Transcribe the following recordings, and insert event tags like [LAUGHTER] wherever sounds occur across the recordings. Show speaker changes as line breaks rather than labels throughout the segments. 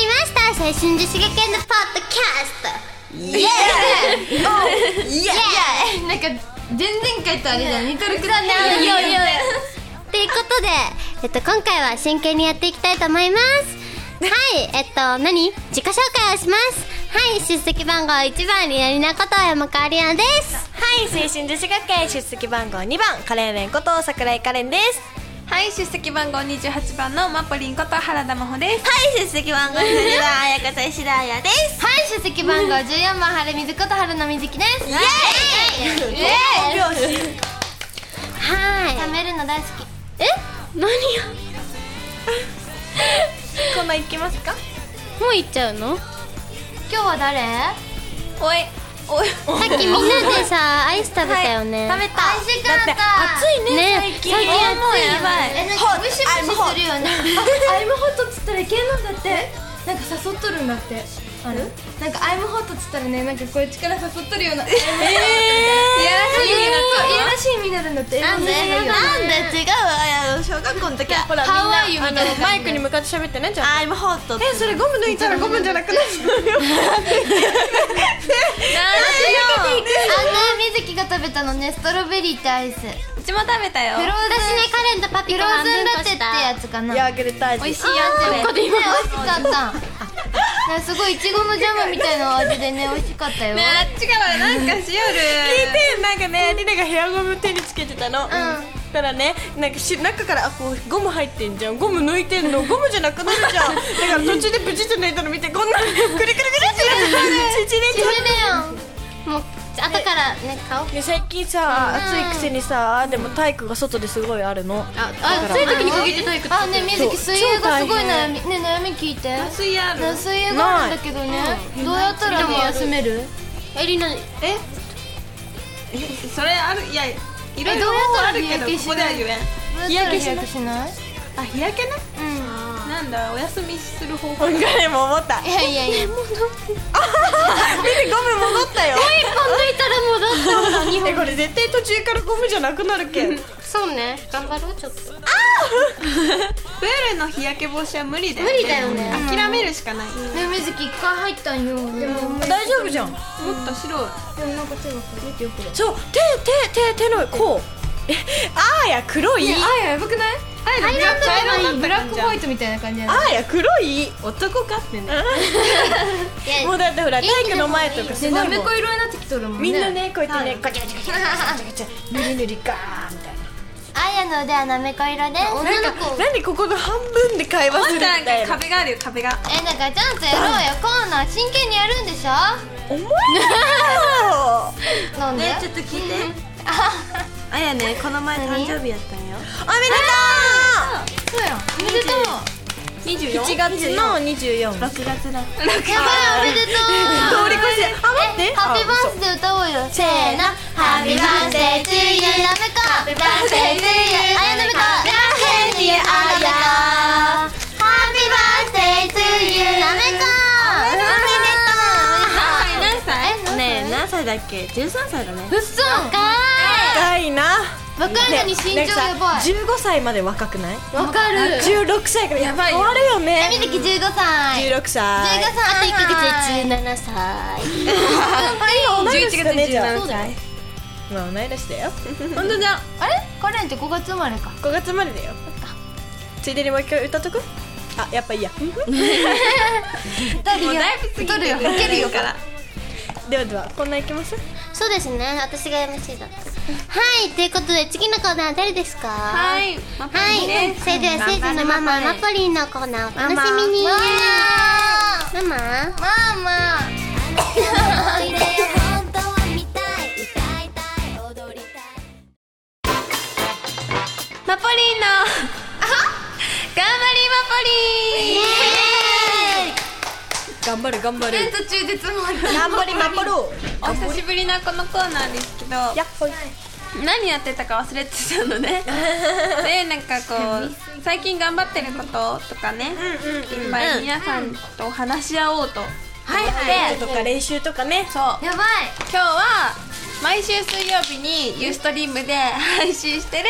青春女子学園のポッドキャストイエーイ
いやいやなんか前々回とあれだ似とるくだね
いやいやということで、えっと、今回は真剣にやっていきたいと思いますはいえっと何自己紹介をしますはい出席番号1番になりなこと山川里奈です
はい、推進女子学園出席番号2番カレンレンこと桜井カレンです。
はい出席番号28番のマポリンこと原田真帆です
はい、出席番号2番綾香さ石田彩です。
はい出席番号14番春水こと春野瑞希ですイエーイイエーイ
拍子。
はい
食べるの大好き
え何や
こんな行きますか？
もう行っちゃうのさ
今日は誰
おい、おい、
っきみんなでさアイス食べたよね、
食べた。
美味しかった
暑いね
ね
最近。
最近暑い
やばい。
えなんかムシムシするよね
アイムホットっつったらいけんのだってなんか誘っとるんだってあるなんかアイムホットっつったらねなんかこういう力誘っとるようないやらしいそういやらしい意味になるんだって [LAUGHS]
なんで
英語の
なんで
違うわあの小学校の時はほらみん
ハワイみたいな感じ
マイクに向かって喋ってねじゃあ
な。I'm hot。え、それゴム抜いたらゴムじゃなくなっちゃう。
あんなみずきが食べたのねストロベリーってアイスフロー
うちも食べたよ
ズン
私ねカレンとパピ
フ
コ
ロー
半
ズン
分
ラ
こ
テって
した
やつかな
ヤーグルト味。美味しい。
ね美味しかったねすごいいちごのジャムみたいな味でね美味しかったよ、
あっちからなんかしよる
でなんかね、リナがヘアゴム手につけてたの。うん。たらね、なんかし中からあこうゴム入ってんじゃん。ゴム抜いてんの。ゴムじゃなくなる [LAUGHS] じゃん。だから途中でブチって抜いたの見てこんなくるくるくるってなって [LAUGHS] 縮れちゃう。
よもう後からね顔
で最近さ、暑いくせにさ、でも体育が外ですごいあるの。あ、
あそういう時に限って体育あねみずき
そ
水
う
泳がすごい
超大
悩みね悩み聞いて
水やる
ね水泳があるんだけどねどうやったらね休める
えりな
えそれあるいやいろい
え
ろ
どうやったら
あるけど
日焼け
こ
し
こで
な
はい言えん
日焼けしないしない
あ日焼けね
うん
なんだお休みする方法
ガレも思った。
いやいや [LAUGHS] いや
見てゴム戻ったよ。
一本抜いたら戻った
えこれ絶対途中からゴムじゃなくなるけん。
そうね頑張ろうちょっと
プールの日焼け防止は無理だよね
無理だよね
諦めるしかない、も
ねみずき一回入ったんよでも
大丈夫じゃん。
っと白い
そう手手手手のこう。えあーや黒い。
あややばくないあや
アイランドじゃない
ブラックホワイ
イトみたいな感じや
あ
ね
ーや黒い。
ト男かってね
いや
もうだってほら体育の前とかすご
ないめ
もん
こ。色になってきとるもんね
みんなねこうやってねガチャガチャガチャガチャガチャぬりぬりガーみたいな。
あやの腕はなめこ色です女の子
なんでここの半分で会話するみ
なん
たい
か
な。
壁があるよ壁が
えなんかちゃんとやろうよコーナー真剣にやるんでしょ
重いな。
なんで
ねちょっと聞いてあやねこの前誕生日やったんよ
おめ
そうやんおめでとう
でとう。一月の二十四。通
6月だ
やばいおめでと
り
う
越して。あ待って。
ハ
あ
ッピーバー
嘘
スデー歌おうよ
せーのハッピーバースデートゥーユーなめこハッピーバースデートゥーユーあやなめこラッヘンディーあやハッピーバースデートゥーユーなめこ
何歳何歳
ねえ何歳だっけ十三歳だね
うっそ
おめでとうか
若いな
若いのに身長やばい
十五歳まで若くない
わかる
十六歳からやばい変わるよ
えみ
ね
ずき15歳
十六歳
15歳
あと1ヶ月で17歳
同い年だねじゃあ
そうだよ
まあ同い年だよ
本当じゃ
あれカレンって5月生まれか
五月生まれだよついでにもう一回歌っとくあやっぱいいや
だい
もうだいぶ過ぎ
太
て
るよ
る
太るよ
から
ではではこんないきます
そうですね私が MC だったはいということで次のコーナーは誰ですかは
はいマパ
はい、
にね
それでは聖子のマママポリンのコーナーお楽しみにママママ
マポリンの頑張りマポリン
頑張る頑張
途中でつまる
頑張りまぽろう
お久しぶりなこのコーナーですけど
やっほい
何やってたか忘れてたのねでなんかこう最近頑張ってることとかねいっぱい皆さんと話し合おうと
はいとか練習とかね
そう
やばい
今日は毎週水曜日にユーストリームで配信してる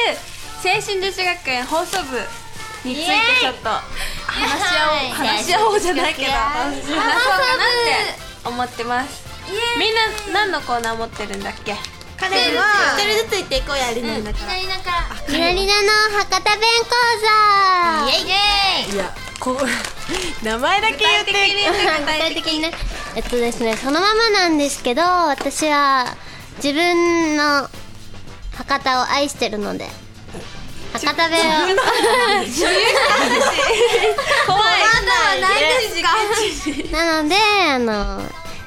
青春女子学園放送部についてちょっと話し合おう
はい
話し合おうじゃないけど話そうかなって思ってますみんな何のコーナー持ってるんだっけ
彼は
一人ずつ行っていこうやりなんだから、
左だから
ゆらりなの博多弁講座
イエーイ
いやこう [LAUGHS] 名前だけ言って
具体的にねえっとですねそのままなんですけど私は自分の博多を愛してるので博多弁を
怖い
なのであ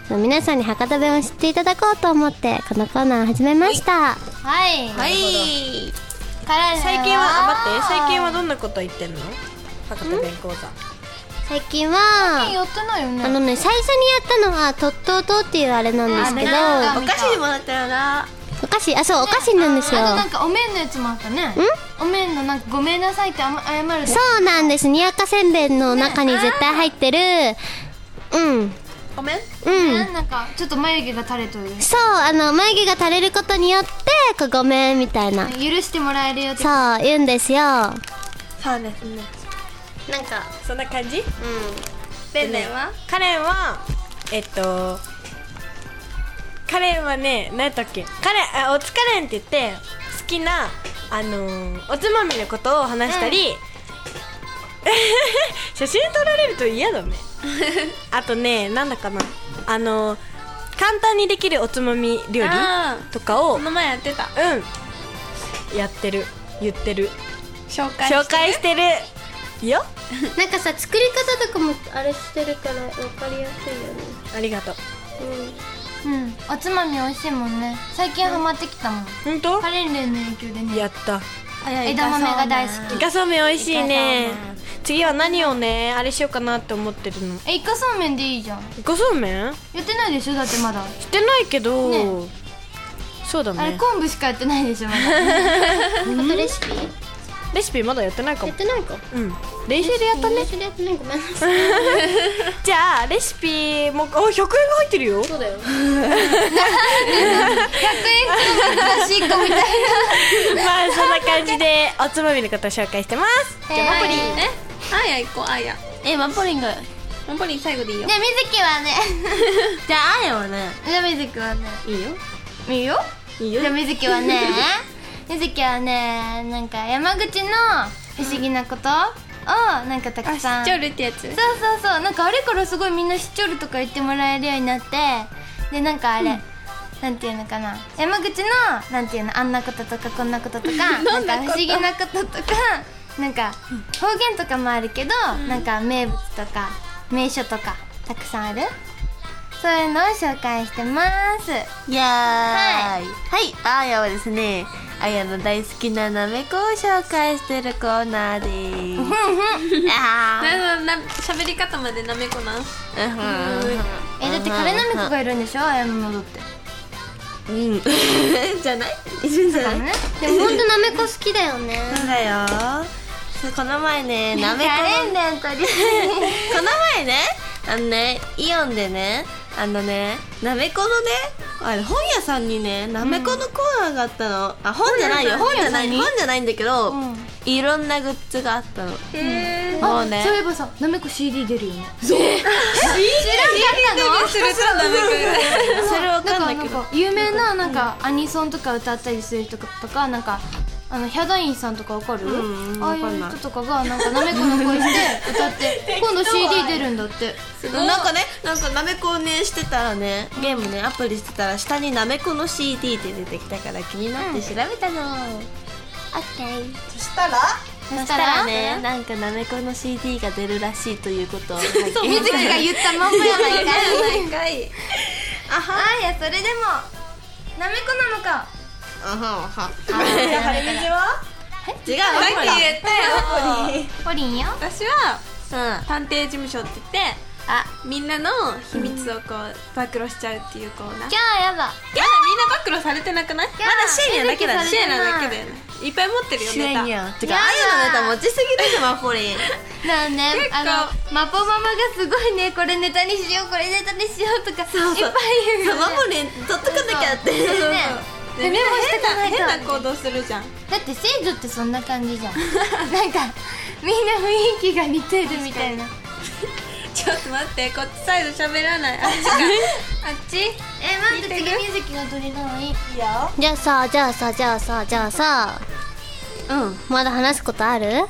の皆さんに博多弁を知っていただこうと思ってこのコーナーを始めました
はい
はい
彼らは
最近はあ待って最近はどんなこと言ってんの博多弁講座
最近は
やってないよね
あのね最初にやったのは「とっとうとう」っていうあれなんですけど
あれ
お菓子にもらったよな
お菓子あそうお菓子なんですよ
あとなんかお面のやつもあったねお面のなんかごめんなさいってあま謝る
そうなんですにやかせんべいの中に絶対入ってるうん
ごめん
うん
なんかちょっと眉毛が垂れとる
そうあの眉毛が垂れることによってこうごめんみたいな
許してもらえるよって
そう言うんですよ
そうですね
なんか
そんな感じ
レンレンは
カレンはえっとカレンはね何やったっけカレンあおつカレンって言って好きなあのーおつまみのことを話したり、 [LAUGHS] 写真撮られると嫌 [LAUGHS] だねあとねなんだかなあのー簡単にできるおつまみ料理
あ
とかを
この前やってた
うんやってる言ってる
紹介
紹介してるよ
なんかさ作り方とかもあれしてるからわかりやすいよね
ありがとう
うんおつまみ美味しいもんね最近ハマってきたもん
本当
カレンレンの影響でね
やった
枝豆が大好
イカそうめん美味しいね次は何をねあれしようかなって思ってるの
えイカそうめんでいいじゃん
イカそうめん
やってないでしょだってまだ
してないけど、
ね
そうだ
あれ
ね
昆布しかやってないでしょま [LAUGHS] だ
レシピ
レシピまだやってないかも
やってないか
うん練習でやったね
練習でやってないごめんなさい
じゃあレシピもあ100円が入ってるよ
そうだよ
しっこみた [LAUGHS] い
[LAUGHS] まあそんな感じでおつまみのこと紹介してます
じゃあマポリンねあや行こうあや
えマンポリ
[LAUGHS]
ンが
マポリン最後でいいよ
で水木 [LAUGHS] はね
じゃああやはね
じゃあ水木はね
いいよ
いいよ
いい
じ
よ
ゃあ水木はね水木はねなんか山口の不思議なことをなんかたくさん
あしちょるってやつ
そうそうそうなんかあれからすごいみんなしちょるとか言ってもらえるようになってでなんかあれ、なんていうのかな山口のなんていうのあんなこととかこんなこととか
[LAUGHS]
なんか不思議なこととか [LAUGHS] なんか方言とかもあるけど、なんか名物とか名所とかたくさんあるそういうのを紹介してます
いやーいはい、あーやはですねあーやの大好きななめこを紹介してるコーナーでーすあー
ななな喋り方までなめこなん
うん
えだってカレナミコがいるんでしょあやの戻って
うん [LAUGHS] じゃないじゃない
ね
でもほんと
[LAUGHS]
なめこ好きだよね
そうだよそうこの前ねな [LAUGHS] めこ
カレ
の
ンレンとリ
この前ねあのねイオンでねあのねなめこのねあれ本屋さんにねなめこのコーナーがあったの、あ本じゃないよ本じゃない本じゃないんだけど、いろんなグッズがあったのもうね
そういえばさなめこ CD 出るよね [LAUGHS]
するとなめこ
それわか
だ
ん
か
な
ら
い
な
け
ん
ど
か有名ななんかアニソンとか歌ったりする人とかなんかあのヒャダインさんとかわかる、
うん
ああい
わかん
う
ない
人とかがなんかなめこの声して歌って
[LAUGHS]
今度 CD 出るんだって
なんかねなんかなめこをねしてたらねゲームねアプリしてたら下になめこの CD って出てきたから気になって調べたの、
そしたら
そ
そ
し
した
た
ら
ら
ねなんかなめこの CD が出るらしいということを発見
水木が言ったまんまやないか
い
あはい [LAUGHS] やそれでもなめこなのか
あはあは
は
違う
さっき言ったよ
ポリンよ
私は
うん
探偵事務所って言ってあみんなの秘密をこう暴露しちゃうっていうコーナーまだみんな
じゃあやば
暴露されてなくないま
や
だシェイニャだけだね
さ
シェ
れて
イ
な
ナ
い
だけだよねいっぱい持ってるよ
シェ
ネ
イ
タ
ニャて
や
か
だ
あゆのネタ持ちすぎでしょマッポ
[LAUGHS]
リン
だよね
結構
あのマポママがすごいねこれネタにしようこれネタにしようとかいっぱい言う
マ
よ
ッ
ね
ポリン取っとかなきゃって
そうそうそう
みんな
してかないと
変な変な行動するじゃん
だって先祖ってそんな感じじゃんなんかみんな雰囲気が似てるみたいな
ちょっと待ってこっちサイド喋らないあっちかあっち
え待って次みずきが取りなのいい
じゃあさじゃあさじゃあさじゃあさ
うん
まだ話すことあるえ
なんか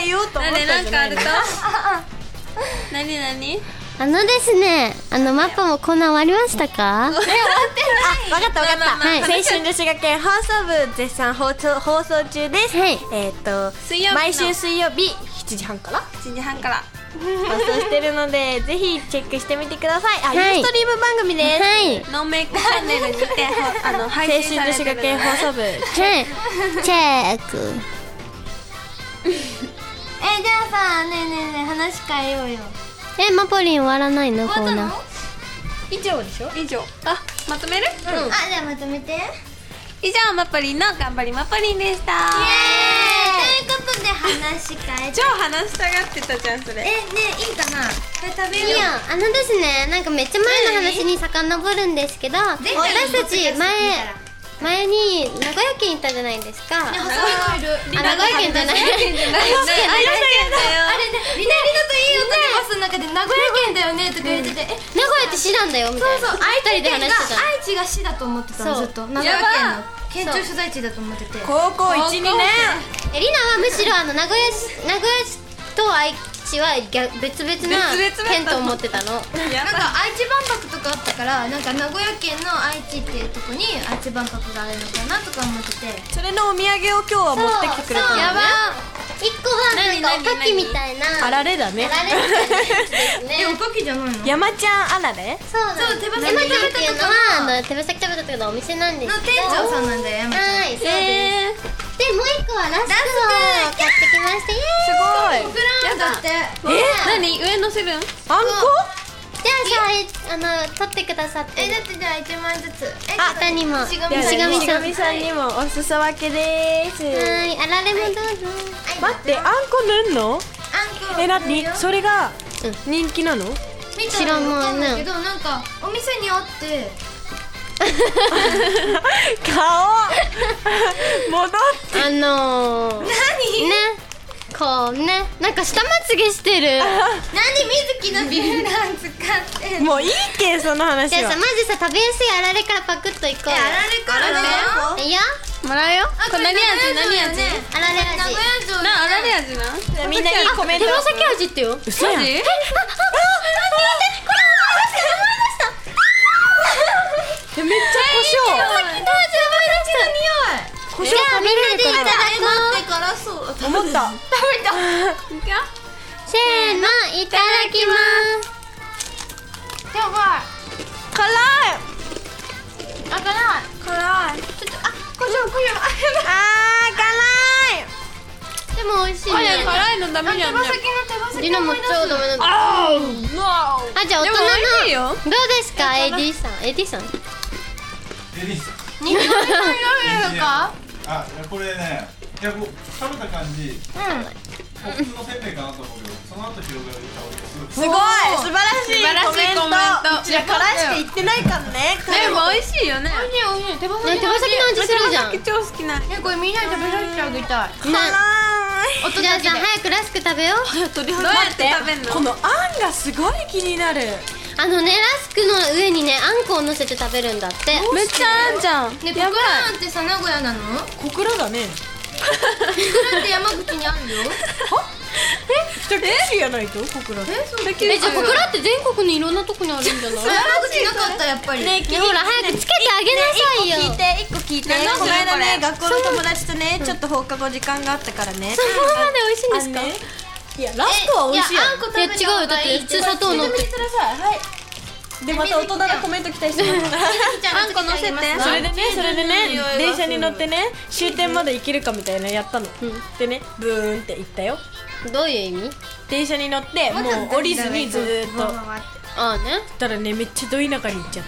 言おうと思
なん
っ
で
た
なん
じゃ
かあ
ない
る
の
となになに
あのですねあのマッパもこんな終わりましたか
わかったわかった、
まあま
ま
あ
あ
青春女子学園放送部絶賛放送放送中です、
はい
えっ、と
水曜日の
毎週水曜日7時半
[LAUGHS]
から
?1 時半から
放送してるのでぜひチェックしてみてくださいあ、
はい
ユーストリーム番組です、
はい
ノーメイクチャンネルにてほあの配
青
信
春
さ
女
れ
子
てる
学園
ので
放送部
はいチェッ
[LAUGHS]
ク
えじゃあさねえねえねえ話変えようよ
えマポリン終わらないのコー
終わったの
ナー
以上でしょ以上あまとめるうん
あじゃあまとめてイエー
以
イ
上マッパリンの頑張りマッパリンでした
ということで話変えて
超話したがってたじゃんそ
え
れ
ねえいいかなこれ食べ
いいよあのですねなんかめっちゃ前の話に遡るんですけど
前回の
私たち前前に名古屋県行ったじゃないですかあ
細い子いる
名古屋県じゃない
あれね、みなりだといい音がバスの中で名古屋県だよねとか言ってて、え、
名古屋って市なんだよみたいな
そうそう、
二
愛
人
知
で
県
話
が
してたの
愛知が市だと思ってたの
そう
ずっと名古屋県の県庁所在地だと思ってて。
高校12年
えりなはむしろあの名古屋市名古屋市と愛知は逆別々な
別々だ
県
ったの
と思ってたの
や
なんか愛知万博とかあったからなんか名古屋県の愛知っていうとこに愛知万博があるのかなとか思ってて
それのお土産を今日は持ってきてくれたのね
やば一個はなんかおかきみたいな
あられだ
あ
ね
られみたいなやつですね
かきじゃないのの
[LAUGHS] 山ちゃんあられ
そうな
そう手羽先
山ちゃんっていうのはあの手羽先食べた時のお店なんです
店
けど
長さんなんだよ山ちゃん
はいそうです、でもう一個はラスクを買ってきましたイエーイ
すごい
やだって
え何上のセブン
あんこ
じゃあさえあの取ってくださって
えだってじゃあ一枚ずつえ
あ他にも
石神
石神
石
さん
神さんにもおすそ分けです、
はいあられもどうぞ、
待ってあんこ塗んの
あんこ
えなにそれが
う
人気なの
見
知
た
ら
ら
んもんね
わかんないけどなんかお店にあって
顔 [LAUGHS] 戻って
あのー、何ねこうねなんか下まつげしてる
何みずきのビューラン使ってんの
もういいけその話
じゃあ
は
さまずさ食べやすいあられからパクッといこうよ
あられからだ
い
よ
いよ
もらうよこれ何味何味
あられ
名古
味
屋城の
なあられ味な
みんなにコメント
手羽先味ってよ
嘘やん
マジ
えめっちゃ
じゃあみんなでいただこう
だからそう
胡椒思った
せーのいただきます
やばい
辛い
辛い
あ辛いちょっとあこしょうこしょう
あー
でも美味しいね
辛いのダメじゃんね
手羽先の手羽先
りなも超ダメなんだあ
うわ
じゃあ大
でも
人の
美味しいよ
どうですか AD さん AD さん
デリス
人形みたいになるか
あいやこれねいやこう食べた感じ普通のせんべいかなと思うけどその後広がる香りがすごい
辛いすごい素晴らし
素
い
晴らしいコメント
うちら辛いしか言ってないからね
でも美味しいよね
美味しい手羽
ね手羽先の味するじゃん
手羽先超好きな
えこれみんなに食べさせてあげたい
ね
大人
じゃあじゃあ早くラスク食べよう
どうやって食べんの
このあんがすごい気になる
あのねラスクの上にねあんこを乗せて食べるんだって
めっちゃあんじゃん
ね、小倉なんてさ名古屋なの小
小倉だね
倉って山口にあるよ
北九州やないと小倉って
えじゃあ小倉って全国にいろんなとこにあるんじゃない
山口なかったやっぱりね
ねほら早くつけてあげなさいよ
一個聞いてこの間ね学校の友達とねちょっと放課後時間があったからね
そこまで美味しいんで
あ
す
ん
か
ねいやラストは美味しいや
あんこ食べた方がいい
いや違うよだって普通砂糖乗ってる
くださいはい
んでまた大人のコメント期待してます
あんこ乗せ
[LAUGHS]
て
それでねそれでね電車に乗ってね終点まで行けるかみたいなのやったの、でねブーンって行ったよ
どういう意味
電車に乗ってもう降りずにずーっと行っ
ああね
たらねめっちゃど田舎に行っちゃっ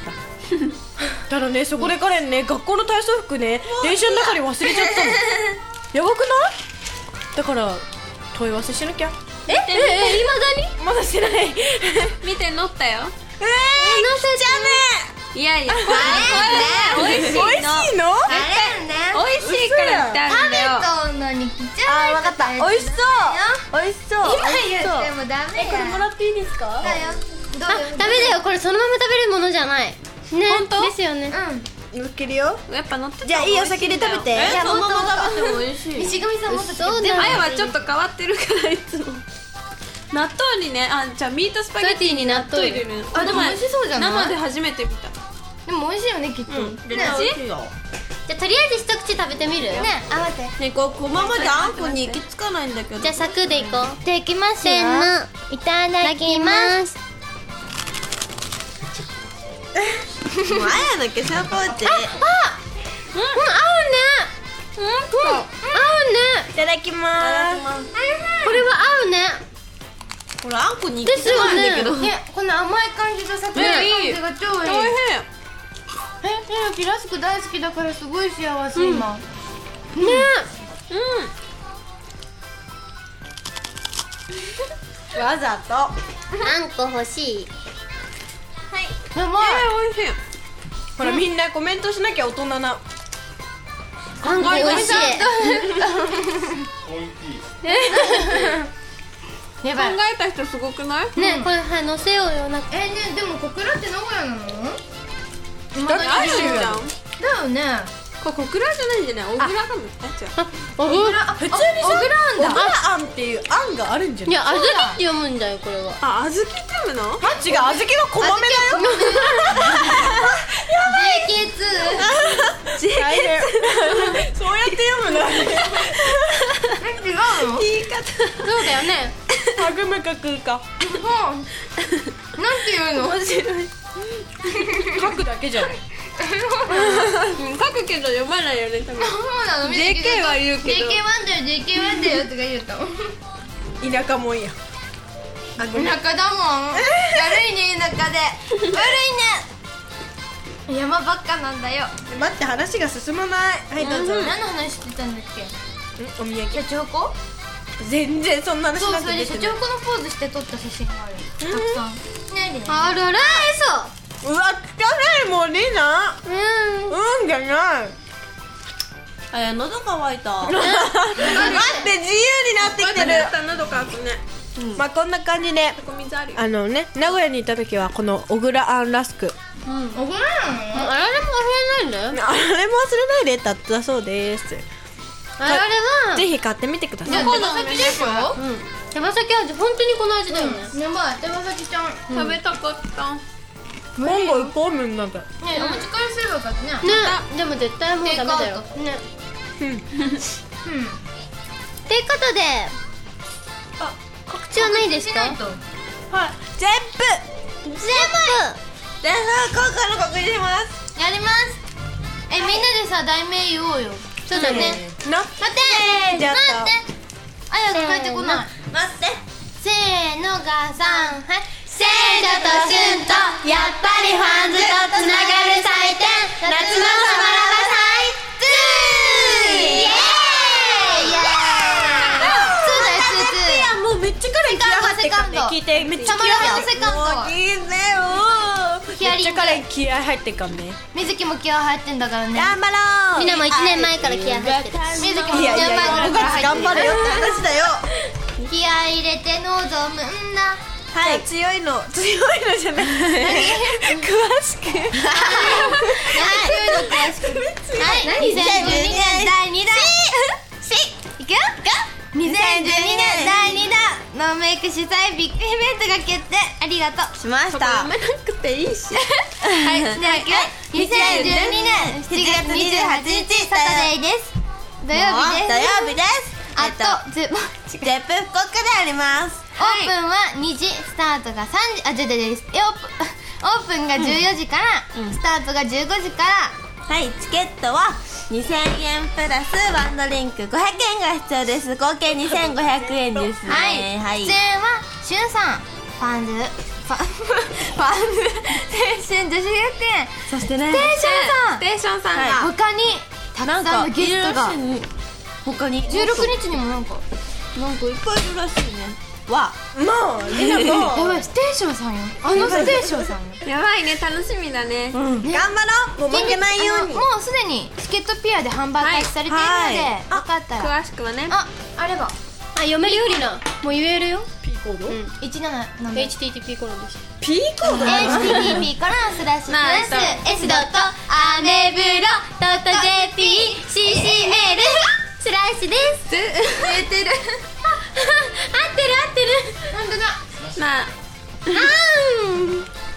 たたらねそこで彼ね学校の体操服ね電車の中に忘れちゃったのやばくないだから問い合わせしなきゃ
ええ
まだしてない
見て乗ったよ
乗せちゃね
いやいやこれこれね美味しいの
美味しいの
あれね
美味しいから言ってあるんだよ
食べたのに来ちゃうあ分かった美味しそう
美味しそう
今言ってもダメやこれもらっていいですかだよどう
あダメだよこれそのまま食べるものじゃないね
本当
ですよね
乗っけるよ
やっぱ乗ってた
じゃあいいよ先で食べて
え
いや
そのまま
もっ
食べても美味しい
でも石神さんもっと
そう
で
だ
も
あやはちょっと変わってるからいつも納豆にねあじゃあミートスパゲティに納豆入れる
あでも美味しそうじゃない
生で初めて見た
でも美味しいよねきっとね
美味しい
じゃあとりあえず一口食べてみる
ねあ待って
ねこうこのままじゃあんこに行き着かないんだけど
じゃあサクッでいこう
じゃあ行きます
せーの
いただき
ます
もうあやの化粧ポーチ
うん合うね
いただきます
これは合うね
ほらあんこに行
で
き
す
着かな
よ
いんだけ
ね
ど
ねこの甘い感じとさっきの
ねいい
感じが超いい
美味
え
しい
でもピラスク大好きだからすごい幸せ今
ね
わざと
あんこ欲しい
やばい
えー、美味しい
ほらみんなコメントしなきゃ大人な
あんこ美味しい
おいしい
や
考
ばい
えた人すごくない
ねこれはい乗せようよなんか
えねでも小倉って名古屋なの
だってあるじゃん
だよね
これ小倉じゃないんじゃない小倉かもあ違う
普通にさ小倉あんだあんっていうあんがあるんじゃ
い
ない
やあずきって読むんだよこれは
あ、小豆噛むの
あ違う小豆の小豆だよ
JK2
大変そうやって読むの
違うの
言い方
そうだよね
ハグムカ食うか
なんていうの
面白い
書くだけじゃない
[LAUGHS] うん書くけど読まないよね多分
そうなの
JK は言うけど
JK1 だよ JK1 だよとか言う
田
と
舎もんや
田舎だもん悪いね田舎で悪いね山ばっかなんだよ
待って話が進まないはいどうぞ、
何の話してたんだっけ
お土産
社長子
全然そんな話
そう
なん
そ
て
れ
出
で
て
社
ない
長子のポーズして撮った写真があるたくさんねえりな
あるある
うわ汚いもうリナうんじゃない
あや喉乾い
[LAUGHS]
た
待って自由になってきてる
喉乾くね
まあこんな感じで
ここ水あるよ
あのね名古屋に行った時はこの小倉あんラスク
おごらん
あられも忘れないんだよ
あれも忘れないでだったそうです
あられは
ぜひ買ってみてください
手羽先でしょや
手羽先味本当にこの味だよね
ばい手羽先ちゃんね
食べたかった
今後一本麺なんだ
えお持ち帰りすればよかったね
ねでも絶対もうダメだよね
うん
っていうことで告知はないです
し
か
ないと
全
全部
でさ今回の告知します
やりますえみんなでさ題名言おうよ
そうだね
部な
待
せ
って
ーじゃあ
待ってあやが帰ってこない
待って
せーのがさんはいせーとしゅんとやっぱりファンズとつながる祭典夏のサマラバ祭イエーイイエーイ
もうめっちゃ彼
セカンドセカンド
聞いてめっちゃ
サマラバセカンドは
気合いいいねおー
ヒア
めっ
リン
ち
グ
ゃ彼気合い入ってっかんね
水木も気合入ってんだからね
頑張ろ
みんなも1年前から気合入ってる
水木も
い
1
やいやいや
年前
5
ぐらいから
月
入って
頑張れよって話だよ
る気合入れて望むんだ
はい強いの強いのじゃない詳しく
はい、はい、2012年第2弾しいくよ2012年第2弾ノーメイク主催ビッグイベントが決定ありがとう
しました
やめなくていいし
はい、では今日2012年7月28日サタデーです土曜日です
土曜日です
あ
えっ
とズボン
と絶プ福岡であります
オープンは2時スタートが3時あ、じゃじゃじゃオープンオープンが14時から、スタートが15時から
はいチケットは2000円プラスワンドリンク500円が必要です合計2500円ですね
はい、
はい
出演はしゅんさんパンズパンパンズ青春女子学園
そしてね
ステーションさ
ステーションさんが、
ん他にた
な
く
ん
さ
か
んのゲストが
いるらしいね他に
16日にもなんか
なんかいっぱいいるらしいねは
もうりなこ
やばいステーションさんよあのステーションさんよ
やばいね楽しみだね、
頑張ろうもう負けないように
あのもうすでにチケットピアで販売開始されているので、
はいはい
よかったら
詳しくはね
ああれば
あ読めるよりなもう言えるよ
17なので
HTTP コロンです
P コード
HTTP からスラッシュスラッシュ S ドットアネブロドット JPCCL
スラッシュです [LAUGHS]
ずえてる
合ってる合ってる
本当だ
まあ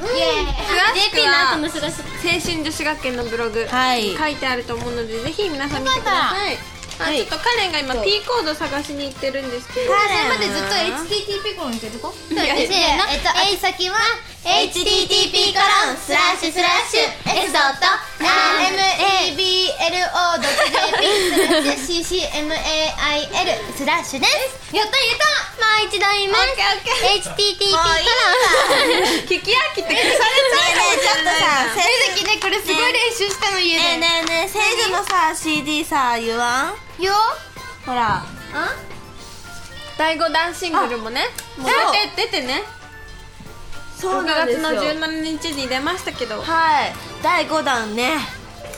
イエーイ
詳しく
JP の後
は
のスラッシュ
青春女子学園のブログ、
はい
書いてあると思うのでぜひ皆さん見てくださいまあ、ちょっとカレンが今 P コード探しに行ってるんですけど
それまでずっと HTTP コロンにしてとこ
せーの
えっと宛先は
HTTP コロンスラッシュスラッシュ S ドット
mablo.jp/ccmail スラッシュです
やった入れたもう一度言います
[LAUGHS]
HTTP コロン
聞き飽きて消されちゃうかもしれない
ね
さっきねこれすごい練習したの家
えね
で
えねえ聖樹のさ CD さ言わん
よ
ほら
第5弾シングルもねもう出て出てね
そう
6
なんで
月
すよ
の17日に出ましたけど
はい第5弾ね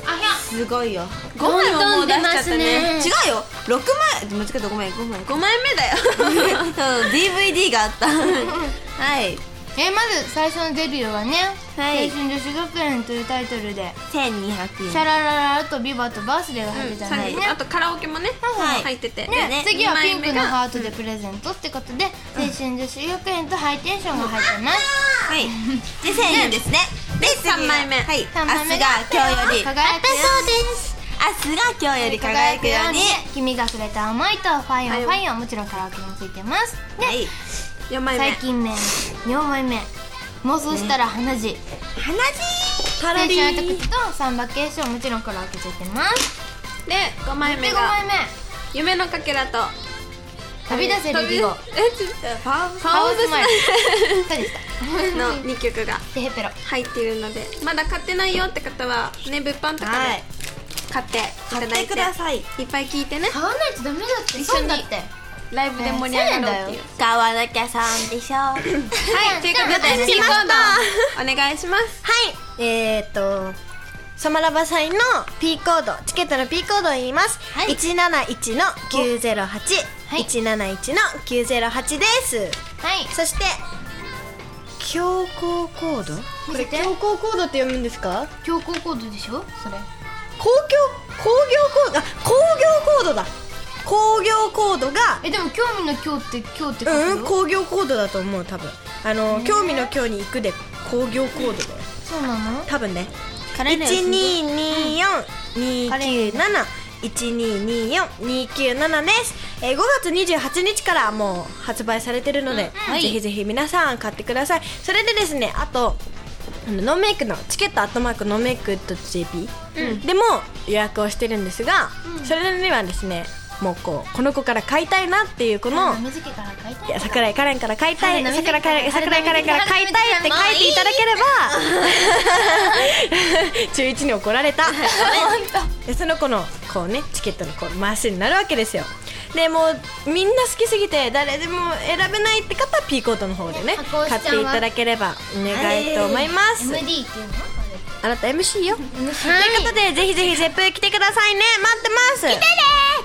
あひゃ
すごいよ
5枚はもう出しちゃったね
違うよ6枚間違えたごめん5枚
[LAUGHS] 5枚目だよ
う
[LAUGHS]
ん DVD があったはい
えまず最初のデビューはね「
はい
青春女子学園」というタイトルで
1200
「シ
円
ャラララ」と「ビバと「バースデー」が入ってたんだよね、
あとカラオケもね
はい
入ってて
ね
ね
次はピンクの
ハ
ハートでプレゼントってことで、青春女子学園とハイテンションが入ってます、
はいで1000円ですねで
三枚目
はい明日が
三枚目
今日より
輝く
明日が今日より輝くように
君がくれた思いとファイオン
はい
ファイオンもちろんカラオケもついてますで、
はい
4枚目
最近ね4枚目妄想したら花地、
花地
青春の時とサンバケーションもちろんカラオケついてます
で5枚
で
目
5
が
枚目
夢のかけらと
旅立せ
飛
る
び
ビ
えち
ゴ
ょっとファ
パ
オ
オ
ズ
ズ
スマ
マ
イ
イルそうでした
ルの2曲が
テヘペロ
入っているのでまだ買ってないよって方はね物販とか
はい
で買っていただ
買
い
っててください
いっぱい聞いてね
買わないとダメだって
一緒に
そうだってはい
ライブで盛り上がろうっていう
買わなきゃさんでしょはい
はいということで
し
次
ま
コ
した
ードお願いします
えー、っとサマラバ祭の P コードチケットの P コードを言います、
はい
171の908、
はい
171の908ですそして強行コード
見せて
行コードって読むんですか
強行コードでしょそれ
工業工業コードあ工業コードだ工業コードが
えでも興味の興って興って書くよ、
うん工業コードだと思う多分あの興味の興に行くで工業コードだよ
そうなの
多分ね
カレンダー
1
に
22四二九七一二二四二九七です。えー、5月28日からもう発売されてるので、
うんはい
ぜひぜひ皆さん買ってください。それでですね、あとあのノンメイクのチケットアットマークノンメイクドット JP、でも予約をしてるんですが、それにはですね、もうこうこの子から買いたいなっていうこの
花水家から買いたい
いや桜井カレンから買いたい
春菜
桜井カレン
春
桜
菜
井カレンから買いたいって書いていただければ中1に怒られ [LAUGHS] たでその子のこうねチケットのこう回しになるわけですよでもうみんな好きすぎて誰でも選べないって方は P コートの方でね
箱押
買
し
っ
ちゃう
てい
わ
ただければお願いと思います、
MD っていうの
あなた MC よ、という
はい
ことでぜひぜひゼップ来てくださいね待ってます来てね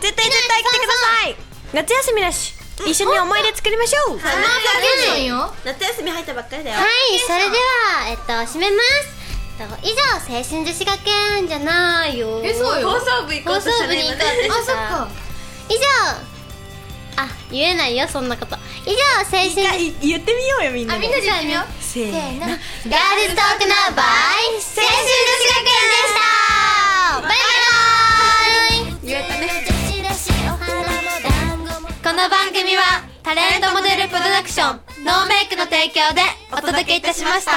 絶対絶対来てください夏休みだし一緒に思い出作りましょう、
サマーバケーションよ
夏休み入ったばっかりだよ
はい、それでは、えっと、締めます。えっと以上、青春女子学園じゃないよ。
えそうよ
放送部行こ
放
う
送
とした
部
ね
に行こ
今
う
ね
としてた
あそっか
以上。あ、言えないよ、そんなこと。以上、青春。
一回言ってみようよみんな
あみんなでやってみよう
せーの
せーの
ガールズトークのバイ、青春女子学園でした。バイバイ。
言えたね
この番組はタレントモデルプロダクションノーメイクの提供でお届けいたしました。